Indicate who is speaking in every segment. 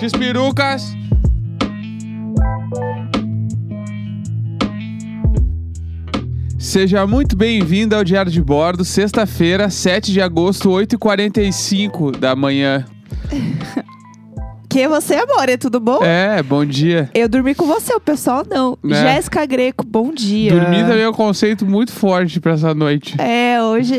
Speaker 1: X perucas. Seja muito bem-vindo ao Diário de Bordo, sexta-feira, 7 de agosto, 8h45 da manhã.
Speaker 2: Que é você, amor? É tudo bom?
Speaker 1: É, bom dia.
Speaker 2: Eu dormi com você, o pessoal não.
Speaker 1: Né?
Speaker 2: Jéssica Greco, bom dia.
Speaker 1: Dormir também é um conceito muito forte pra essa noite.
Speaker 2: É, hoje.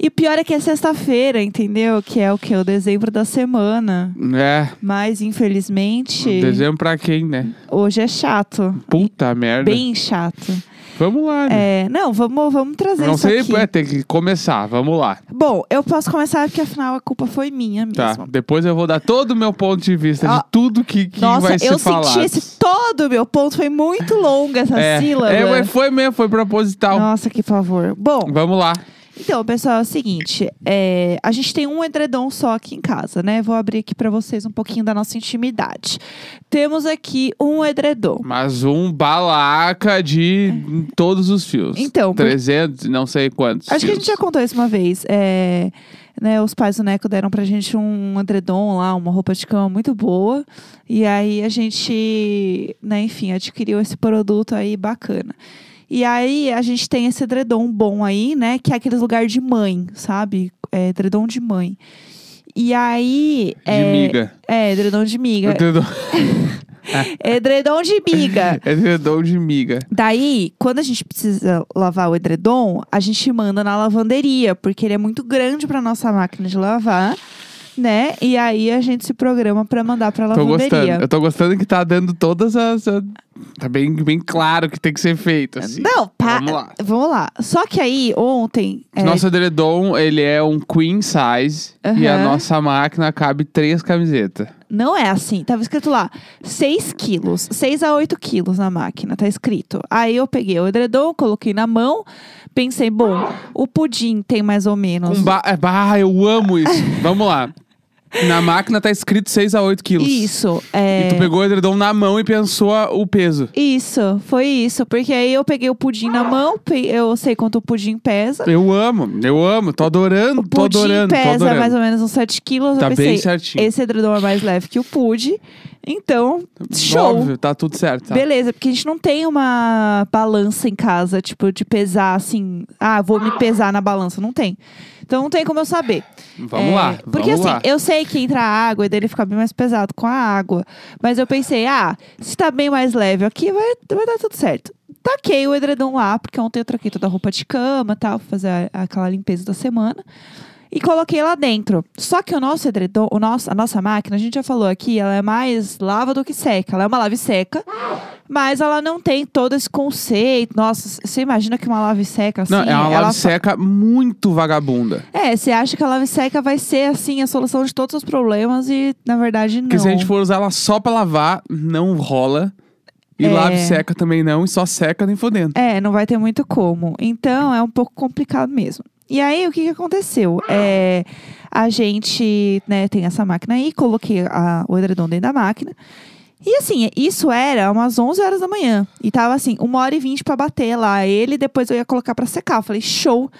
Speaker 2: E o pior é que é sexta-feira, entendeu? Que é o que? O dezembro da semana.
Speaker 1: É.
Speaker 2: Mas, infelizmente,
Speaker 1: Dezembro pra quem, né?
Speaker 2: hoje é chato.
Speaker 1: Puta merda.
Speaker 2: Bem chato.
Speaker 1: Vamos lá, né?
Speaker 2: É, não, vamos, vamos trazer
Speaker 1: Não
Speaker 2: isso
Speaker 1: sei,
Speaker 2: aqui.
Speaker 1: é, tem que começar, vamos lá.
Speaker 2: Bom, eu posso começar porque afinal a culpa foi minha mesmo.
Speaker 1: Tá, depois eu vou dar todo o meu ponto de vista
Speaker 2: Ah,
Speaker 1: de tudo que, que
Speaker 2: Nossa,
Speaker 1: vai ser
Speaker 2: eu
Speaker 1: falado.
Speaker 2: senti esse todo, meu ponto. Foi muito longa essa
Speaker 1: é,
Speaker 2: sílaba.
Speaker 1: é, mas foi mesmo, foi proposital.
Speaker 2: Nossa, que favor. Bom,
Speaker 1: Vamos lá.
Speaker 2: Então, pessoal, é o seguinte: é, a gente tem um edredom só aqui em casa, né? Vou abrir aqui pra vocês um pouquinho da nossa intimidade. Temos aqui um edredom.
Speaker 1: Mas um balaca de todos os fios.
Speaker 2: Então, por-
Speaker 1: 300, não sei quantos.
Speaker 2: Acho que a gente já
Speaker 1: fios.
Speaker 2: contou isso uma vez. é, né, os pais do Neco deram pra gente um edredom lá, uma roupa de cama muito boa. E aí a gente, né, enfim, adquiriu esse produto aí bacana. E aí a gente tem esse edredom bom aí, né? Que é aqueles lugar de mãe, sabe? É, edredom de mãe. E aí.
Speaker 1: De
Speaker 2: é,
Speaker 1: miga.
Speaker 2: É, edredom de miga.
Speaker 1: Edredom,
Speaker 2: Edredom de miga.
Speaker 1: edredom é de miga.
Speaker 2: Daí, quando a gente precisa lavar o edredom, a gente manda na lavanderia, porque ele é muito grande para nossa máquina de lavar, né? E aí a gente se programa para mandar para
Speaker 1: Tô
Speaker 2: lavanderia.
Speaker 1: gostando. Eu tô gostando que tá dando todas as. a- Tá bem, bem claro que tem que ser feito. Assim.
Speaker 2: É, Não, pa...
Speaker 1: Vamos lá.
Speaker 2: Vamos lá. Só que aí, ontem. é,
Speaker 1: Nosso edredom, ele é um queen size. E a
Speaker 2: Aham.
Speaker 1: nossa máquina cabe três camisetas.
Speaker 2: Não é assim. Tava escrito lá 6 quilos, 6 a 8 quilos na máquina, tá escrito. Aí eu peguei o edredom, coloquei na mão, pensei, bom, o pudim tem mais ou menos.
Speaker 1: Um ba... é, bah, eu amo isso. Vamos lá. Na máquina tá escrito 6 a 8 quilos.
Speaker 2: Isso,
Speaker 1: E tu
Speaker 2: é.
Speaker 1: pegou o edredom na mão e pensou a- o peso.
Speaker 2: Isso, foi isso. Porque aí eu peguei o pudim na mão, pe- eu sei quanto o pudim pesa.
Speaker 1: Eu amo, eu amo. Tô adorando,
Speaker 2: O
Speaker 1: tô
Speaker 2: pudim
Speaker 1: adorando,
Speaker 2: pesa
Speaker 1: tô adorando.
Speaker 2: mais ou menos uns 7 quilos.
Speaker 1: Tá bem
Speaker 2: eu pensei,
Speaker 1: certinho.
Speaker 2: esse edredom é mais leve que o pudim. Então, show.
Speaker 1: Óbvio, tá tudo certo. tá.
Speaker 2: Beleza, porque a gente não tem uma balança em casa, tipo, de pesar assim, ah, vou me pesar na balança. Não tem. Então não tem como eu saber.
Speaker 1: Vamos
Speaker 2: É,
Speaker 1: lá,
Speaker 2: Porque
Speaker 1: vamos
Speaker 2: assim,
Speaker 1: lá.
Speaker 2: eu sei que entra água e dele fica bem mais pesado com a água. Mas eu pensei, ah, se tá bem mais leve aqui, vai, vai dar tudo certo. Taquei o edredom lá, porque ontem eu troquei toda a roupa de cama e tal, pra fazer a- aquela limpeza da semana. E coloquei lá dentro. Só que o nosso edredom, o nosso, a nossa máquina, a gente já falou aqui, ela é mais lava do que seca. Ela é uma lave seca, mas ela não tem todo esse conceito. Nossa, você imagina que uma lave seca assim.
Speaker 1: Não, é uma
Speaker 2: ela
Speaker 1: lave
Speaker 2: fa-
Speaker 1: seca muito vagabunda.
Speaker 2: é, você acha que a lave seca vai ser assim a solução de todos os problemas e na verdade não.
Speaker 1: Porque se a gente for usar ela só pra lavar, não rola. E
Speaker 2: É.
Speaker 1: lave seca também não, e só seca nem fodendo.
Speaker 2: É, não vai ter muito como. Então é um pouco complicado mesmo. E aí o que, que aconteceu? É, a gente né, tem essa máquina aí, coloquei a- o edredom dentro da máquina. E assim, isso era umas 11 horas da manhã. E tava assim, uma hora e vinte pra bater lá. Ele depois eu ia colocar pra secar. Eu falei, show.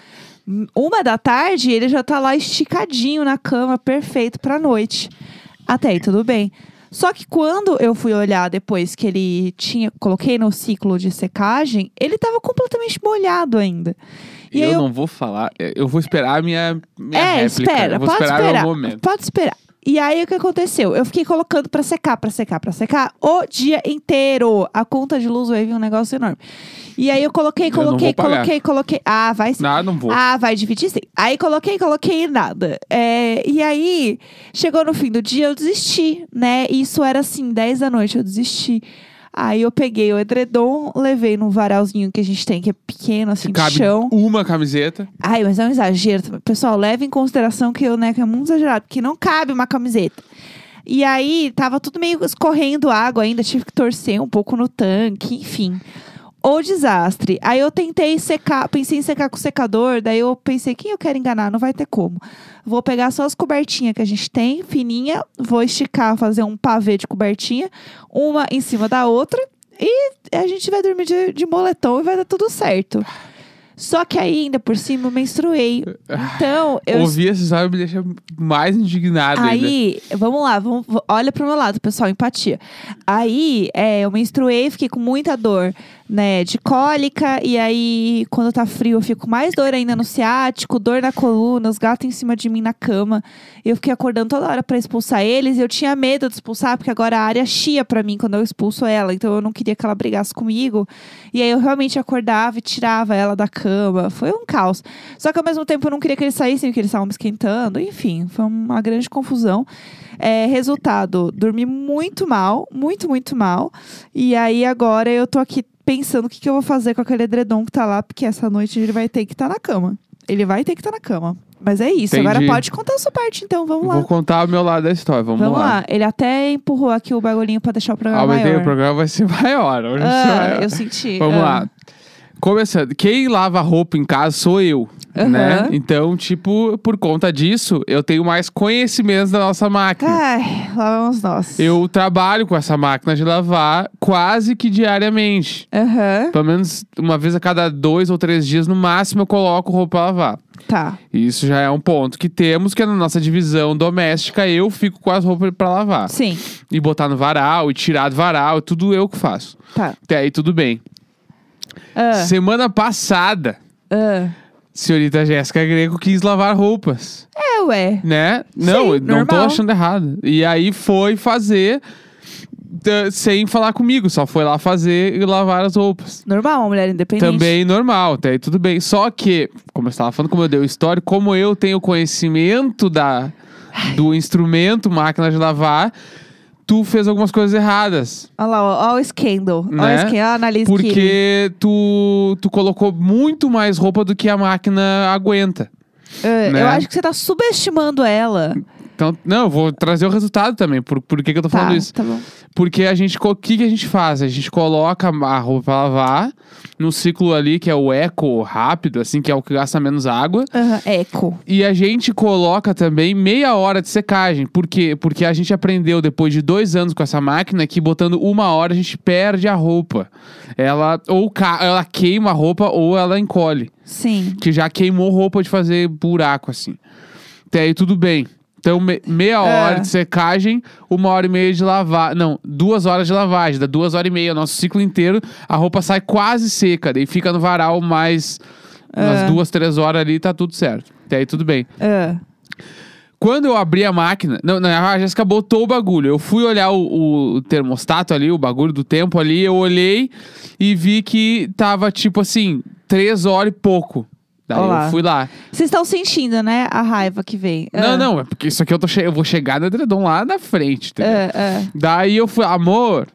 Speaker 2: Hum, Uma da tarde, ele já tá lá esticadinho na cama, perfeito pra noite. Até aí, tudo bem. Só que quando eu fui olhar depois que ele tinha, coloquei no ciclo de secagem, ele tava completamente molhado ainda. E
Speaker 1: eu,
Speaker 2: aí eu-
Speaker 1: não vou falar, é, eu vou esperar a minha, minha
Speaker 2: é,
Speaker 1: réplica.
Speaker 2: espera,
Speaker 1: eu vou
Speaker 2: pode
Speaker 1: esperar,
Speaker 2: esperar.
Speaker 1: meu momento.
Speaker 2: Pode esperar. E aí o que aconteceu? Eu fiquei colocando pra secar, pra secar, pra secar o dia inteiro. A conta de luz Wave é um negócio enorme. E aí eu coloquei,
Speaker 1: Eu não
Speaker 2: coloquei,
Speaker 1: vou pagar.
Speaker 2: coloquei, coloquei. Ah, vai sim.
Speaker 1: Ah, não vou.
Speaker 2: Ah, vai dividir sim. Aí coloquei, coloquei e nada. É, e aí, chegou no fim do dia, eu desisti, né? Isso era assim, 10 da noite, eu desisti. Aí eu peguei o edredom, levei num varalzinho que a gente tem, que é pequeno, assim,
Speaker 1: Se
Speaker 2: de
Speaker 1: cabe
Speaker 2: chão.
Speaker 1: uma camiseta.
Speaker 2: Ai, mas é um exagero. também. Pessoal, leve em consideração que o Neco é muito exagerado, porque não cabe uma camiseta. E aí, tava tudo meio escorrendo água ainda, tive que torcer um pouco no tanque, enfim. O desastre. Aí eu tentei secar, pensei em secar com o secador, daí eu pensei, quem eu quero enganar? Não vai ter como. Vou pegar só as cobertinhas que a gente tem, fininha, vou esticar, fazer um pavê de cobertinha, uma em cima da outra, e a gente vai dormir de, de moletom e vai dar tudo certo. Só que aí, ainda por cima, eu menstruei. Então, eu
Speaker 1: Ouvir essa história me deixa mais indignado ainda.
Speaker 2: Aí, vamos lá, vamos, v- olha pro meu lado, pessoal, empatia. Aí, é, eu menstruei, fiquei com muita dor, né, de cólica, e aí, quando tá frio, eu fico com mais dor ainda no ciático, dor na coluna, os gatos em cima de mim na cama. Eu fiquei acordando toda hora pra expulsar eles, e eu tinha medo de expulsar, porque agora a área chia pra mim quando eu expulso ela, então eu não queria que ela brigasse comigo. E aí, eu realmente acordava e tirava ela da cama. Foi um caos. Só que ao mesmo tempo eu não queria que eles saíssem, porque eles estavam me esquentando. Enfim, foi uma grande confusão. É, resultado, dormi muito mal, muito, muito mal. E aí agora eu tô aqui pensando o que, que eu vou fazer com aquele edredom que tá lá, porque essa noite ele vai ter que estar na cama. Ele vai ter que estar na cama. Mas é isso. Agora
Speaker 1: Entendi.
Speaker 2: pode contar a sua parte, então. Vamos lá.
Speaker 1: Vou contar o meu lado da história, vamos,
Speaker 2: Vamos lá. Ele até empurrou aqui o bagulhinho pra deixar o programa
Speaker 1: Aumentei
Speaker 2: Ah, maior.
Speaker 1: o programa, vai ser maior. Hoje vai ser
Speaker 2: Ah,
Speaker 1: maior.
Speaker 2: eu senti.
Speaker 1: Vamos
Speaker 2: Ah.
Speaker 1: lá. Começando, quem lava roupa em casa sou eu, né?
Speaker 2: Aham.
Speaker 1: Então, tipo, por conta disso, eu tenho mais conhecimento da nossa máquina.
Speaker 2: Ai, lá vamos nós.
Speaker 1: Eu trabalho com essa máquina de lavar quase que diariamente.
Speaker 2: Aham,
Speaker 1: Pelo menos uma vez a cada dois ou três dias, no máximo, eu coloco roupa pra lavar.
Speaker 2: tá.
Speaker 1: Isso já é um ponto que temos, que na nossa divisão doméstica, eu fico com as roupas pra lavar.
Speaker 2: Sim,
Speaker 1: E botar no varal, e tirar do varal, é tudo eu que faço.
Speaker 2: tá.
Speaker 1: Até aí tudo bem.
Speaker 2: Ah,
Speaker 1: Semana passada,
Speaker 2: ah.
Speaker 1: senhorita Jéssica Greco quis lavar roupas,
Speaker 2: É, ué.
Speaker 1: né? Não, eu não tô
Speaker 2: normal.
Speaker 1: achando errado. E aí foi fazer t- sem falar comigo, só foi lá fazer e lavar as roupas.
Speaker 2: Normal, uma mulher independente.
Speaker 1: Também normal, até aí tudo bem. Só que, como eu estava falando, como eu dei o histórico, como eu tenho conhecimento da, do instrumento, máquina de lavar, tu fez algumas coisas erradas.
Speaker 2: Olha lá, ó, ó o scandal. Olha
Speaker 1: Né?
Speaker 2: o scandal, ó a Annalise Keating.
Speaker 1: Porque tu, tu colocou muito mais roupa do que a máquina aguenta.
Speaker 2: Ah,
Speaker 1: né?
Speaker 2: Eu acho que você tá subestimando ela.
Speaker 1: Então, não, eu vou trazer o resultado também. Por, por que, que eu tô
Speaker 2: Tá,
Speaker 1: falando isso?
Speaker 2: tá bom.
Speaker 1: Porque a gente. co- O que, que a gente faz? A gente coloca a roupa pra lavar num ciclo ali que é o eco rápido, assim, que é o que gasta menos água.
Speaker 2: Aham, Eco.
Speaker 1: E a gente coloca também meia hora de secagem. Por quê? Porque a gente aprendeu depois de dois anos com essa máquina que botando uma hora a gente perde a roupa. Ela ou ca- ela queima a roupa ou ela encolhe.
Speaker 2: Sim.
Speaker 1: Que já queimou roupa de fazer buraco assim. Até aí tudo bem. Então, me- meia
Speaker 2: É.
Speaker 1: hora de secagem, uma hora e meia de lavar. Não, duas horas de lavagem, dá duas horas e meia. Nosso ciclo inteiro, a roupa sai quase seca, daí fica no varal mais
Speaker 2: É.
Speaker 1: umas duas, três horas ali, tá tudo certo. Até aí tudo bem.
Speaker 2: Ah,
Speaker 1: Quando eu abri a máquina, não, não, a Jéssica botou o bagulho. Eu fui olhar o, o termostato ali, o bagulho do tempo ali, eu olhei e vi que tava tipo assim, três horas e pouco. Daí
Speaker 2: Olá.
Speaker 1: eu fui lá.
Speaker 2: Vocês estão sentindo, né? A raiva que vem. Ah,
Speaker 1: Não, não, é porque isso aqui eu, tô che- eu vou chegar no edredom lá na frente, entendeu?
Speaker 2: ah, ah.
Speaker 1: Daí eu fui, amor,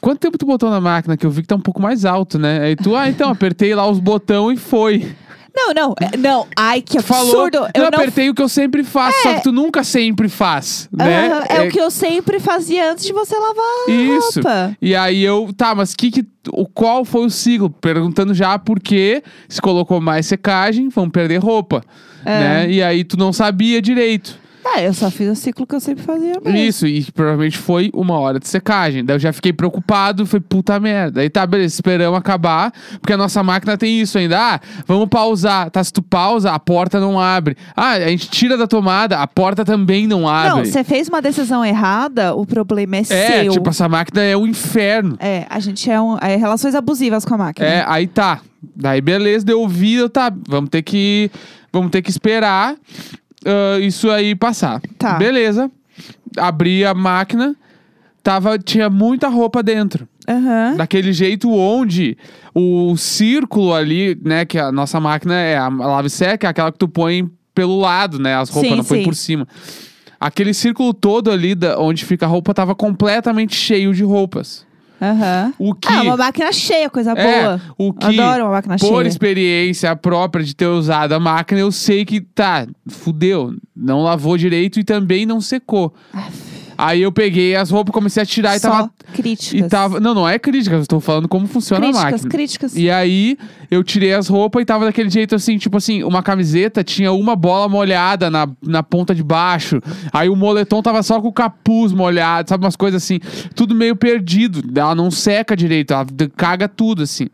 Speaker 1: quanto tempo tu botou na máquina? Que eu vi que tá um pouco mais alto, né? Aí tu, ah, então, apertei lá os botão e foi.
Speaker 2: Não, não. é, Não. Ai, que
Speaker 1: Tu falou,
Speaker 2: absurdo.
Speaker 1: eu
Speaker 2: eu não É.
Speaker 1: apertei o que eu sempre faço, só que tu nunca sempre faz, né?
Speaker 2: Aham, É o que eu sempre fazia antes de você lavar a
Speaker 1: Isso.
Speaker 2: roupa.
Speaker 1: E aí eu, tá, mas que que, o, qual foi o ciclo? Perguntando já porque se colocou mais secagem, vão perder roupa,
Speaker 2: É.
Speaker 1: né? E aí tu não sabia direito.
Speaker 2: Ah, eu só fiz o ciclo que eu sempre fazia mesmo.
Speaker 1: Isso, e provavelmente foi uma hora de secagem. Daí eu já fiquei preocupado, foi puta merda. Aí tá, beleza, esperamos acabar, porque a nossa máquina tem isso ainda. Ah, vamos pausar. Tá, se tu pausa, a porta não abre. Ah, a gente tira da tomada, a porta também não
Speaker 2: Não,
Speaker 1: abre.
Speaker 2: você fez uma decisão errada, o problema é,
Speaker 1: é,
Speaker 2: seu.
Speaker 1: tipo, essa máquina é o inferno.
Speaker 2: É, a gente é, um, é relações abusivas com a máquina.
Speaker 1: É, aí tá. Daí beleza, deu ouvido, tá. Vamos ter que, vamos ter que esperar ah, isso aí passar.
Speaker 2: Tá.
Speaker 1: Beleza. Abri a máquina, tava, tinha muita roupa dentro.
Speaker 2: Aham.
Speaker 1: Daquele jeito onde o círculo ali, né, que a nossa máquina é a lave seca, é aquela que tu põe pelo lado, né, as roupas,
Speaker 2: Sim,
Speaker 1: não põe
Speaker 2: sim.
Speaker 1: por cima. Aquele círculo todo ali da, onde fica a roupa tava completamente cheio de roupas.
Speaker 2: Aham.
Speaker 1: O que
Speaker 2: Ah, uma máquina cheia, coisa
Speaker 1: É,
Speaker 2: boa.
Speaker 1: o que
Speaker 2: Adoro uma máquina
Speaker 1: por
Speaker 2: cheia.
Speaker 1: experiência própria de ter usado a máquina, eu sei que tá, fudeu, não lavou direito e também não secou. Aí eu peguei as roupas, comecei a tirar tá, e
Speaker 2: Ah, Só
Speaker 1: tava.
Speaker 2: críticas.
Speaker 1: E tava. Não, não é crítica, eu estou falando como funciona
Speaker 2: críticas,
Speaker 1: a máquina.
Speaker 2: críticas.
Speaker 1: E aí eu tirei as roupas e tava daquele jeito assim, tipo assim, uma camiseta tinha uma bola molhada na, na ponta de baixo. Aí o moletom tava só com o capuz molhado, sabe? Umas coisas assim, tudo meio perdido. Ela não seca direito, ela d- caga tudo, assim.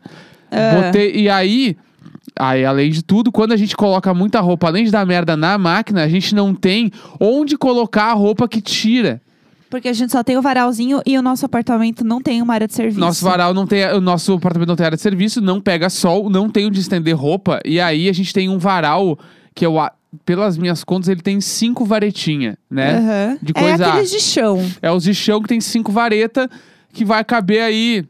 Speaker 1: Botei, e aí Aí, além de tudo, quando a gente coloca muita roupa, além de dar merda na máquina, a gente não tem onde colocar a roupa que tira.
Speaker 2: Porque a gente só tem o varalzinho e o nosso apartamento não tem uma área de serviço.
Speaker 1: Nosso varal não tem, o nosso apartamento não tem área de serviço, não pega sol, não tem onde estender roupa. E aí a gente tem um varal que eu, a- pelas minhas contas, ele tem cinco varetinhas, né?
Speaker 2: Aham.
Speaker 1: De coisa-
Speaker 2: É aqueles de chão.
Speaker 1: É os de chão que tem cinco vareta que vai caber aí.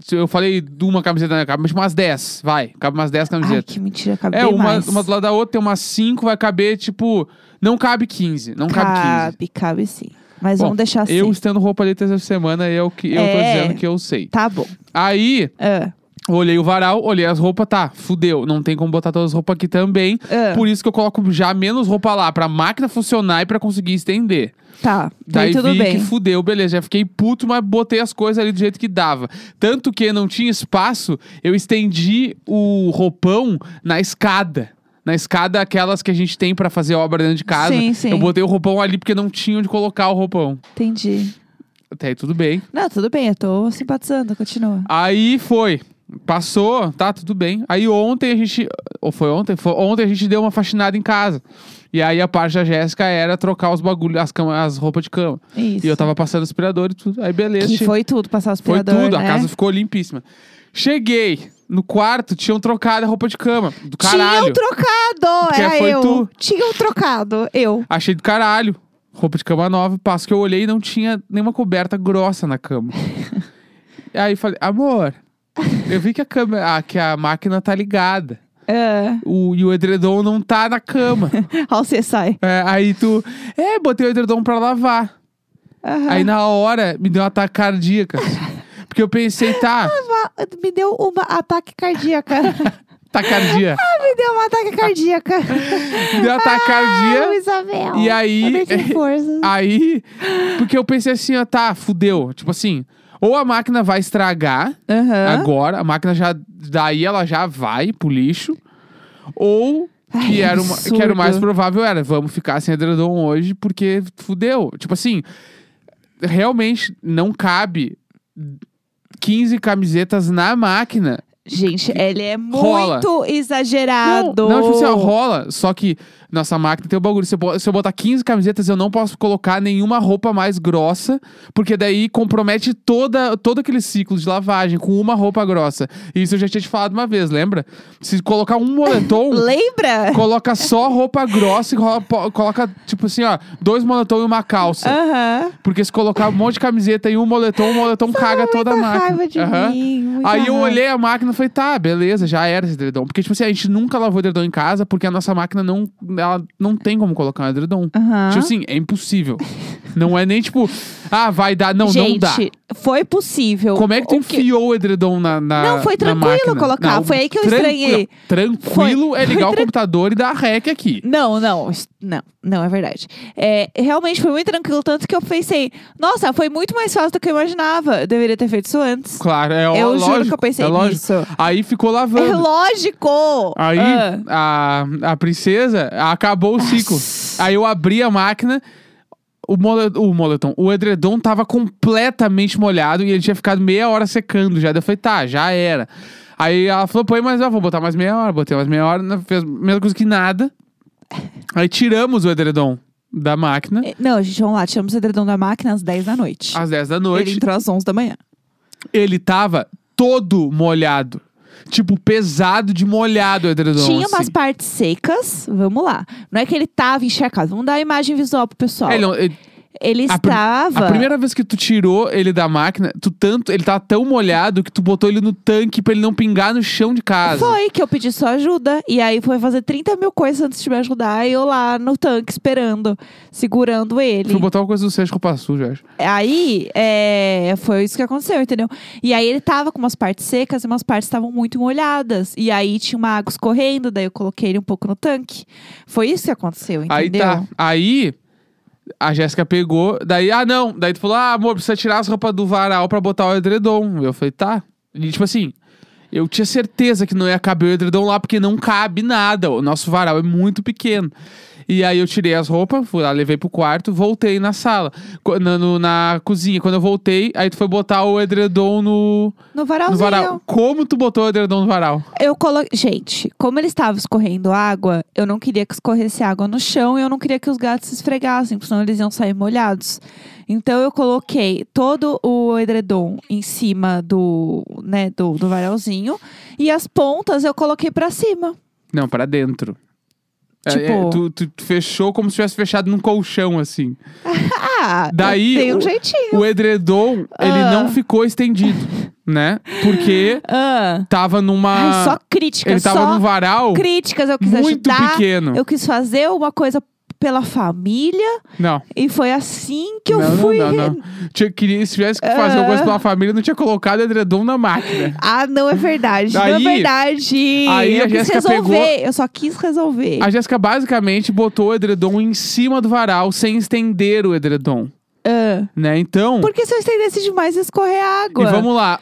Speaker 1: se Eu falei de uma camiseta, né? Cabe umas 10, vai. Cabe umas 10
Speaker 2: Ai,
Speaker 1: camisetas.
Speaker 2: que mentira, acabei
Speaker 1: é, uma,
Speaker 2: mais.
Speaker 1: uma do lado da outra, tem umas 5, vai caber, tipo. Não cabe 15. Não cabe 15.
Speaker 2: Cabe, cabe sim. Mas
Speaker 1: Bom,
Speaker 2: vamos deixar assim.
Speaker 1: Eu estando roupa ali terceira semana é o que eu tô
Speaker 2: É.
Speaker 1: dizendo que eu sei.
Speaker 2: Tá bom.
Speaker 1: Aí,
Speaker 2: Ah,
Speaker 1: olhei o varal, olhei as roupas, tá, fudeu. Não tem como botar todas as roupas aqui também.
Speaker 2: ah,
Speaker 1: Por isso que eu coloco já menos roupa lá, pra máquina funcionar e pra conseguir estender.
Speaker 2: Tá,
Speaker 1: Daí
Speaker 2: daí tudo
Speaker 1: vi
Speaker 2: bem.
Speaker 1: que fudeu, beleza. Já fiquei puto, mas botei as coisas ali do jeito que dava. Tanto que não tinha espaço, eu estendi o roupão na escada. Na escada, aquelas que a gente tem pra fazer obra dentro de casa.
Speaker 2: Sim, sim.
Speaker 1: Eu botei o roupão ali porque não tinha onde colocar o roupão.
Speaker 2: Entendi.
Speaker 1: Até aí tudo bem.
Speaker 2: Não, tudo bem, eu tô simpatizando, continua.
Speaker 1: Aí foi. Passou, tá, tudo bem. Aí ontem a gente. Ou foi ontem? Foi, ontem a gente deu uma faxinada em casa. E aí a parte da Jéssica era trocar os bagulhos, as, cama- as roupas de cama.
Speaker 2: Isso.
Speaker 1: E eu tava passando aspirador e tudo. Aí beleza.
Speaker 2: Que
Speaker 1: che-
Speaker 2: foi tudo, passar o
Speaker 1: Foi
Speaker 2: aspirador,
Speaker 1: tudo, a
Speaker 2: né?
Speaker 1: casa ficou limpíssima. Cheguei no quarto, tinham trocado a roupa de cama. Do caralho.
Speaker 2: Tinham um trocado,
Speaker 1: Porque
Speaker 2: era
Speaker 1: foi
Speaker 2: eu.
Speaker 1: tu.
Speaker 2: Tinham trocado, eu.
Speaker 1: Achei do caralho. Roupa de cama nova. Passo que eu olhei e não tinha nenhuma coberta grossa na cama. Aí falei, amor, eu vi que a, cama, ah, que a máquina tá ligada.
Speaker 2: Ah,
Speaker 1: O, e o edredom não tá na cama.
Speaker 2: ao você sai.
Speaker 1: É, aí tu, é, botei o edredom pra lavar.
Speaker 2: Aham.
Speaker 1: Aí na hora me deu um ataque cardíaco. assim. Porque eu pensei, tá,
Speaker 2: Uma- Me deu uma ataque cardíaca.
Speaker 1: tacardia.
Speaker 2: Me deu um ataque cardíaca.
Speaker 1: Me deu um ataque cardíaco.
Speaker 2: Ah, Isabel.
Speaker 1: E aí- é,
Speaker 2: Eu perdi forças.
Speaker 1: Aí, porque eu pensei assim, ó, tá, fudeu. Tipo assim, ou a máquina vai estragar
Speaker 2: Aham.
Speaker 1: agora, a máquina já. Daí ela já vai pro lixo. Ou,
Speaker 2: Ai, é
Speaker 1: que, era o, ma- que era o mais
Speaker 2: absurdo.
Speaker 1: provável, era, vamos ficar sem edredom hoje, porque fudeu. Tipo assim, realmente não cabe 15 camisetas na máquina.
Speaker 2: Gente, ele é muito
Speaker 1: Rola. Não,
Speaker 2: exagerado.
Speaker 1: não, tipo assim, ó, rola. Só que nossa máquina tem o bagulho. Se eu, bo- se eu botar 15 camisetas, eu não posso colocar nenhuma roupa mais grossa, porque daí compromete toda, todo aquele ciclo de lavagem com uma roupa grossa. Isso eu já tinha te falado uma vez, lembra? Se colocar um moletom.
Speaker 2: Lembra?
Speaker 1: Coloca só roupa grossa e rola- po- coloca, tipo assim, ó, dois moletom e uma calça.
Speaker 2: Ah. Aham.
Speaker 1: Porque se colocar um monte de camiseta e um moletom, o moletom caga toda a
Speaker 2: Muita
Speaker 1: máquina.
Speaker 2: raiva de
Speaker 1: Aham.
Speaker 2: mim. muita
Speaker 1: Aí eu
Speaker 2: raiva.
Speaker 1: olhei a máquina e falei, tá, beleza, já era esse edredom. Porque, tipo assim, a gente nunca lavou edredom em casa, porque a nossa máquina não, ela não tem como colocar um edredom.
Speaker 2: Aham.
Speaker 1: Tipo assim, é impossível. não é nem tipo, ah, vai dar. Não,
Speaker 2: Gente,
Speaker 1: não dá.
Speaker 2: foi possível.
Speaker 1: Como é que tu
Speaker 2: O quê?
Speaker 1: enfiou o edredom na, na
Speaker 2: Não, foi
Speaker 1: na
Speaker 2: tranquilo
Speaker 1: máquina?
Speaker 2: colocar,
Speaker 1: Não,
Speaker 2: foi aí que eu
Speaker 1: tranquilo-
Speaker 2: estranhei.
Speaker 1: Tranquilo é ligar
Speaker 2: foi
Speaker 1: o computador e dar rec aqui.
Speaker 2: Não, não, isso- não, não é verdade. É, realmente foi muito tranquilo, tanto que eu pensei, nossa, foi muito mais fácil do que eu imaginava. Eu deveria ter feito isso antes.
Speaker 1: Claro, é ó,
Speaker 2: eu
Speaker 1: lógico.
Speaker 2: juro que eu pensei
Speaker 1: é lógico.
Speaker 2: nisso.
Speaker 1: Aí ficou
Speaker 2: É
Speaker 1: lavando.
Speaker 2: lógico!
Speaker 1: Aí
Speaker 2: Ah.
Speaker 1: a, a princesa acabou o ciclo. Aí eu abri a máquina, o, mole, o moletom, o edredom tava completamente molhado e ele tinha ficado meia hora secando já. Daí eu falei, tá, já era. Aí ela falou, põe mais, ó, vou botar mais meia hora, botei mais meia hora, não fez a mesma coisa que nada. Aí tiramos o edredom da máquina
Speaker 2: É, Não, gente, vamos lá, tiramos o edredom da máquina às 10 da noite.
Speaker 1: às 10 da
Speaker 2: Ele tá-
Speaker 1: noite.
Speaker 2: entrou às 11 da manhã.
Speaker 1: Ele tava todo molhado. Tipo, pesado de molhado o edredom.
Speaker 2: Tinha
Speaker 1: assim.
Speaker 2: umas partes secas, vamos lá. Não é que ele tava encharcado, vamos dar a imagem visual pro pessoal.
Speaker 1: É, ele não- ele-
Speaker 2: Ele
Speaker 1: A pri-
Speaker 2: estava.
Speaker 1: A primeira vez que tu tirou ele da máquina, tu tanto, ele tava tão molhado que tu botou ele no tanque pra ele não pingar no chão de casa.
Speaker 2: Foi que eu pedi sua ajuda. E aí foi fazer 30 mil coisas antes de me ajudar. E eu lá no tanque esperando, segurando ele.
Speaker 1: Fui botar uma coisa no Sérgio Roupa Suja, eu acho.
Speaker 2: Aí é, foi isso que aconteceu, entendeu? E aí ele tava com umas partes secas e umas partes estavam muito molhadas. E aí tinha uma água escorrendo, daí eu coloquei ele um pouco no tanque. Foi isso que aconteceu, entendeu?
Speaker 1: Aí tá. Aí a Jéssica pegou, daí, ah não. Daí tu falou, ah amor, precisa tirar as roupas do varal pra botar o edredom. Eu falei, tá. E tipo assim, eu tinha certeza que não ia caber o edredom lá porque não cabe nada. O nosso varal é muito pequeno. E aí eu tirei as roupas, fui lá, levei pro quarto, voltei na sala, co- na, no- na cozinha. Quando eu voltei, aí tu foi botar o edredom no,
Speaker 2: No
Speaker 1: no
Speaker 2: varalzinho.
Speaker 1: varal. Como tu botou o edredom no varal?
Speaker 2: Eu coloquei. Gente, como ele estava escorrendo água, eu não queria que escorresse água no chão e eu não queria que os gatos se esfregassem, porque senão eles iam sair molhados. Então eu coloquei todo o edredom em cima do, né, do, do varalzinho e as pontas eu coloquei pra cima.
Speaker 1: Não, pra dentro. É,
Speaker 2: Tipo-
Speaker 1: é, tu, tu- tu fechou como se tivesse fechado num colchão, assim.
Speaker 2: Ah,
Speaker 1: Daí,
Speaker 2: tem
Speaker 1: o-
Speaker 2: um jeitinho.
Speaker 1: O edredom, ele
Speaker 2: Ah.
Speaker 1: não ficou estendido, né? Porque
Speaker 2: Ah.
Speaker 1: tava numa.
Speaker 2: Ai, só críticas,
Speaker 1: ele tava
Speaker 2: só
Speaker 1: num varal
Speaker 2: críticas. Eu quis
Speaker 1: muito
Speaker 2: ajudar,
Speaker 1: pequeno.
Speaker 2: eu quis fazer uma coisa pela família
Speaker 1: Não.
Speaker 2: e foi assim que eu
Speaker 1: não,
Speaker 2: fui.
Speaker 1: não, não, não. Tinha, queria, se tivesse que fazer
Speaker 2: Ah.
Speaker 1: alguma coisa pela família, não tinha colocado edredom na máquina.
Speaker 2: Ah, não é verdade.
Speaker 1: Daí-
Speaker 2: não é verdade.
Speaker 1: aí
Speaker 2: eu
Speaker 1: a
Speaker 2: quis
Speaker 1: Jéssica
Speaker 2: resolver.
Speaker 1: pegou-
Speaker 2: Eu só quis resolver.
Speaker 1: A Jéssica basicamente botou o edredom em cima do varal sem estender o edredom,
Speaker 2: Ah,
Speaker 1: né? Então,
Speaker 2: porque se eu estendesse demais, ia escorrer água.
Speaker 1: e vamos lá.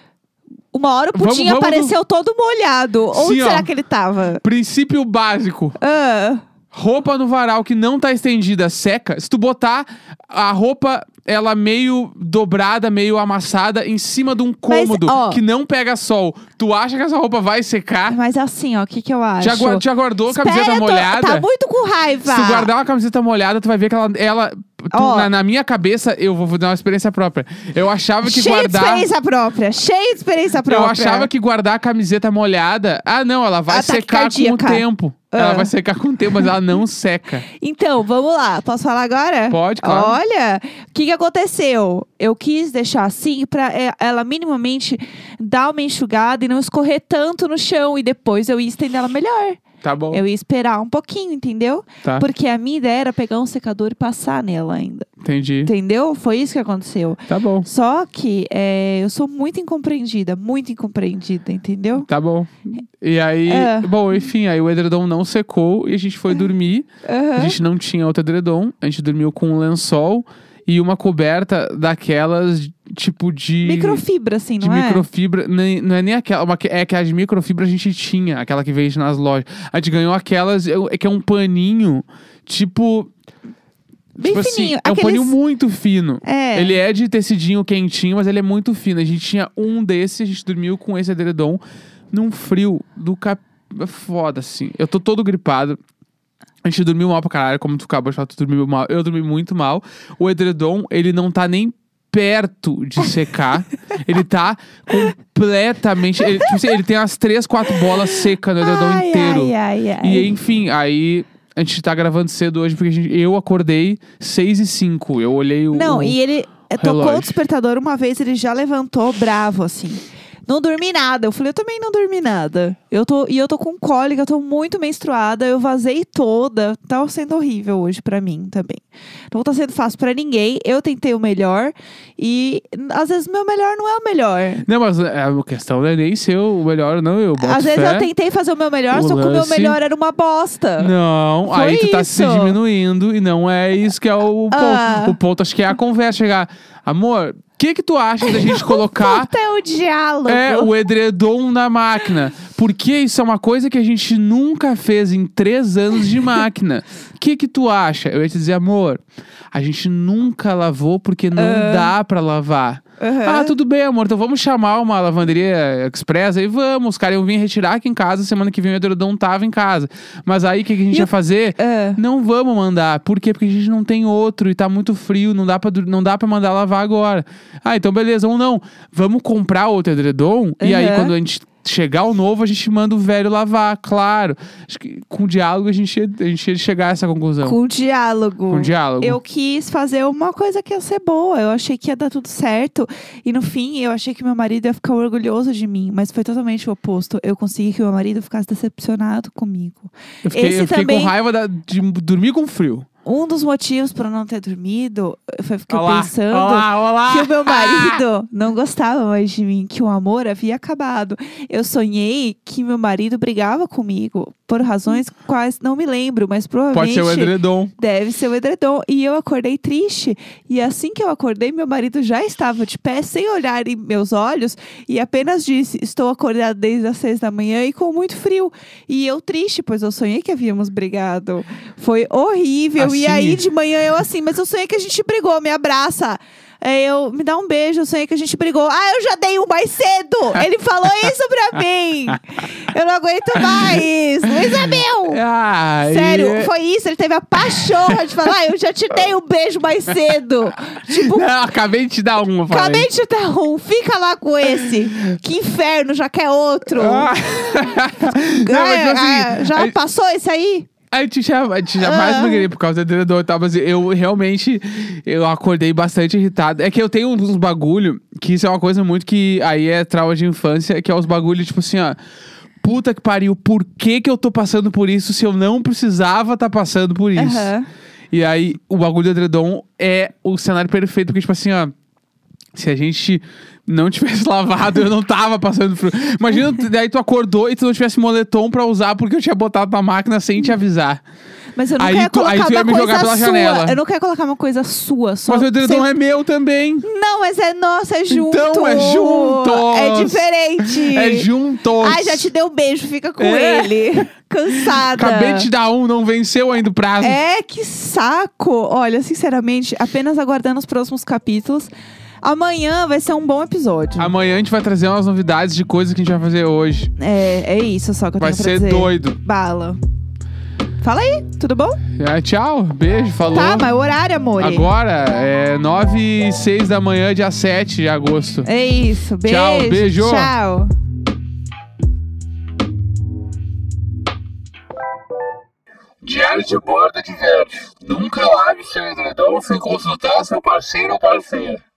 Speaker 2: Uma hora o
Speaker 1: vamos-
Speaker 2: pudim
Speaker 1: vamos
Speaker 2: apareceu todo molhado. Onde
Speaker 1: Sim, ó.
Speaker 2: será que ele tava?
Speaker 1: Princípio básico.
Speaker 2: Ah,
Speaker 1: Roupa no varal que não tá estendida, seca. Se tu botar a roupa, ela meio dobrada, meio amassada, em cima de um cômodo
Speaker 2: ó.
Speaker 1: que não pega sol, tu acha que essa roupa vai secar?
Speaker 2: mas assim, ó, o que, que eu acho?
Speaker 1: Já, gua- já guardou a camiseta
Speaker 2: Espera, eu tô-
Speaker 1: molhada?
Speaker 2: Tá muito com raiva.
Speaker 1: Se tu guardar uma camiseta molhada, tu vai ver que ela. ela tu-
Speaker 2: Ó.
Speaker 1: na, na minha cabeça, eu vou dar uma experiência própria. Eu achava que
Speaker 2: Cheio de
Speaker 1: guardar.
Speaker 2: experiência própria. Cheio de experiência
Speaker 1: Eu
Speaker 2: própria.
Speaker 1: achava que guardar a camiseta molhada. Ah, não, ela vai
Speaker 2: Ataque
Speaker 1: secar com o
Speaker 2: cardíaco.
Speaker 1: tempo. Ela
Speaker 2: tá Ah.
Speaker 1: vai secar com o tempo, mas ela não seca.
Speaker 2: Então, vamos lá. Posso falar agora?
Speaker 1: Pode, claro.
Speaker 2: Olha, o que, que aconteceu? Eu quis deixar assim pra é, ela minimamente dar uma enxugada e não escorrer tanto no chão. E depois eu ia estender ela melhor.
Speaker 1: Tá bom.
Speaker 2: Eu ia esperar um pouquinho, entendeu?
Speaker 1: Tá.
Speaker 2: Porque a minha ideia era pegar um secador e passar nela ainda.
Speaker 1: Entendi.
Speaker 2: Entendeu? Foi isso que aconteceu.
Speaker 1: Tá bom.
Speaker 2: Só que é, eu sou muito incompreendida, muito incompreendida, entendeu?
Speaker 1: Tá bom. E aí.
Speaker 2: É.
Speaker 1: Bom, enfim, aí o edredom não secou e a gente foi dormir. A
Speaker 2: Aham.
Speaker 1: gente não tinha outro edredom. A gente dormiu com um lençol e uma coberta daquelas, tipo, de.
Speaker 2: Microfibra, assim,
Speaker 1: De
Speaker 2: não é?
Speaker 1: microfibra, nem- não é nem aquela, uma que- é que as microfibra a gente tinha, aquela que vende nas lojas. A gente ganhou aquelas, eu- é que é um paninho, tipo.
Speaker 2: Bem
Speaker 1: tipo assim,
Speaker 2: fininho.
Speaker 1: é um
Speaker 2: Aqueles-
Speaker 1: paninho muito fino.
Speaker 2: É.
Speaker 1: Ele é de tecidinho quentinho, mas ele é muito fino. A gente tinha um desse, a gente dormiu com esse edredom num frio do cap... Foda, assim. Eu tô todo gripado. A gente dormiu mal pra caralho, como tu acabou de falar, tu dormiu mal. Eu dormi muito mal. O edredom, ele não tá nem perto de secar. ele tá completamente... Ele, tipo assim, ele tem as três, quatro bolas secas no edredom
Speaker 2: ai,
Speaker 1: tá inteiro.
Speaker 2: Ai, ai, ai.
Speaker 1: E enfim, aí a gente tá gravando cedo hoje porque a gente- eu acordei 6 e 5. Eu olhei o.
Speaker 2: Não,
Speaker 1: o-
Speaker 2: e ele eh, tocou
Speaker 1: relógio.
Speaker 2: o despertador uma vez, ele já levantou bravo, assim. Não dormi nada. Eu falei, eu também não dormi nada. Eu tô, e eu tô com cólica, eu tô muito menstruada, eu vazei toda. Tá sendo horrível hoje pra mim também. Não tá sendo fácil pra ninguém. Eu tentei o melhor. E n- às vezes o meu melhor não é o melhor.
Speaker 1: Não, mas é, a questão não é nem ser o melhor, não. Eu boto
Speaker 2: às vezes
Speaker 1: fé.
Speaker 2: eu tentei fazer o meu melhor,
Speaker 1: O
Speaker 2: só que o meu
Speaker 1: lance-
Speaker 2: melhor era uma bosta.
Speaker 1: Não,
Speaker 2: Foi
Speaker 1: aí tu tá se
Speaker 2: isso.
Speaker 1: diminuindo e não é isso que é o ponto.
Speaker 2: Ah.
Speaker 1: O ponto acho que é a conversa chegar. Amor, o que que tu acha da gente colocar
Speaker 2: Puta, é o diálogo.
Speaker 1: é, o edredom na máquina? Porque isso é uma coisa que a gente nunca fez em três anos de máquina. O que que tu acha? Eu ia te dizer, amor, a gente nunca lavou porque não dá pra lavar.
Speaker 2: Ah. Aham.
Speaker 1: Ah, tudo bem, amor. Então vamos chamar uma lavanderia express aí, vamos. Os caras iam vir retirar aqui em casa. Semana que vem o edredom tava em casa. Mas aí o que, que a gente
Speaker 2: E
Speaker 1: ia
Speaker 2: o-
Speaker 1: fazer?
Speaker 2: É.
Speaker 1: Não vamos mandar. Por quê? Porque a gente não tem outro e tá muito frio, não dá pra, dur- não dá pra mandar lavar agora. Ah, então beleza, ou não. Vamos comprar outro edredom e aí
Speaker 2: Uhum.
Speaker 1: quando a gente chegar o novo, a gente manda o velho lavar, claro. Acho que com o diálogo a gente ia, a gente ia chegar a essa conclusão.
Speaker 2: Com diálogo.
Speaker 1: Com diálogo.
Speaker 2: Eu quis fazer uma coisa que ia ser boa. Eu achei que ia dar tudo certo. E no fim, eu achei que meu marido ia ficar orgulhoso de mim. Mas foi totalmente o oposto. Eu consegui que meu marido ficasse decepcionado comigo.
Speaker 1: Eu fiquei,
Speaker 2: Esse
Speaker 1: eu fiquei
Speaker 2: também-
Speaker 1: com raiva da- de dormir com frio.
Speaker 2: um dos motivos para não ter dormido foi porque eu
Speaker 1: Olá,
Speaker 2: pensando
Speaker 1: olá, olá.
Speaker 2: que o meu marido não gostava mais de mim, que o amor havia acabado. Eu sonhei que meu marido brigava comigo por razões quais não me lembro, mas
Speaker 1: Pode
Speaker 2: provavelmente
Speaker 1: ser o edredom.
Speaker 2: deve ser o edredom. E eu acordei triste. E assim que eu acordei, meu marido já estava de pé, sem olhar em meus olhos, e apenas disse: Estou acordado desde as seis da manhã e com muito frio. E eu triste, pois eu sonhei que havíamos brigado. Foi horrível. E
Speaker 1: Assim?
Speaker 2: aí de manhã eu assim, mas eu sonhei que a gente brigou, me abraça. Aí Eu, me dá um beijo, eu sonhei que a gente brigou. Ah, eu já dei um mais cedo! Ele falou isso pra mim! Eu não aguento mais! é Luiz Abel!
Speaker 1: Ah,
Speaker 2: Sério,
Speaker 1: e-
Speaker 2: foi isso. Ele teve a pachorra de falar, "Ah, eu já te dei um beijo mais cedo. Tipo,
Speaker 1: Não, acabei de te dar uma, falei.
Speaker 2: acabei de te dar um, fica lá com esse. Que inferno, já quer outro.
Speaker 1: Ah. Não, mas,
Speaker 2: É,
Speaker 1: tipo assim,
Speaker 2: ah, já
Speaker 1: a-
Speaker 2: passou esse aí?
Speaker 1: A gente já, a gente jamais
Speaker 2: Ah.
Speaker 1: briguei por causa do edredom e tal, mas eu realmente eu acordei bastante irritado. É que eu tenho uns bagulho, que isso é uma coisa muito que aí é trauma de infância, que é os bagulho tipo assim, ó. Puta que pariu, por que que eu tô passando por isso se eu não precisava tá passando por isso?
Speaker 2: Aham.
Speaker 1: E aí, o bagulho do edredom é o cenário perfeito, porque tipo assim, ó. Se a gente não tivesse lavado, eu não tava passando frio. Imagina, tu- daí tu acordou e tu não tivesse moletom pra usar porque eu tinha botado na máquina sem te avisar.
Speaker 2: Mas eu não
Speaker 1: Aí
Speaker 2: quero
Speaker 1: tu- aí
Speaker 2: colocar
Speaker 1: tu ia
Speaker 2: uma
Speaker 1: me jogar
Speaker 2: coisa
Speaker 1: pela
Speaker 2: sua.
Speaker 1: janela.
Speaker 2: Eu não quero colocar uma coisa sua. Só
Speaker 1: Mas o edredom
Speaker 2: sem-
Speaker 1: é meu também.
Speaker 2: Não, mas é nossa, é junto.
Speaker 1: Então, é juntos.
Speaker 2: É diferente.
Speaker 1: É juntos.
Speaker 2: Ai, já te dei um beijo, fica com
Speaker 1: É.
Speaker 2: ele. Cansada.
Speaker 1: Acabei de te dar um, não venceu ainda o prazo.
Speaker 2: É, que saco! Olha, sinceramente, apenas aguardando os próximos capítulos. Amanhã vai ser um bom episódio.
Speaker 1: Amanhã a gente vai trazer umas novidades de coisas que a gente vai fazer hoje.
Speaker 2: É, é isso só que eu
Speaker 1: Vai
Speaker 2: tenho pra
Speaker 1: ser
Speaker 2: dizer.
Speaker 1: doido.
Speaker 2: Bala. Fala aí, tudo bom?
Speaker 1: É, tchau, beijo, falou.
Speaker 2: Tá, mas o horário, amor.
Speaker 1: Agora é 9 e 6 da manhã, dia 7 de agosto.
Speaker 2: É isso, beijo.
Speaker 1: Tchau, beijo.
Speaker 2: Tchau.
Speaker 3: Diário de bordo de velho. Nunca lave seu edredom sem consultar seu parceiro ou parceira.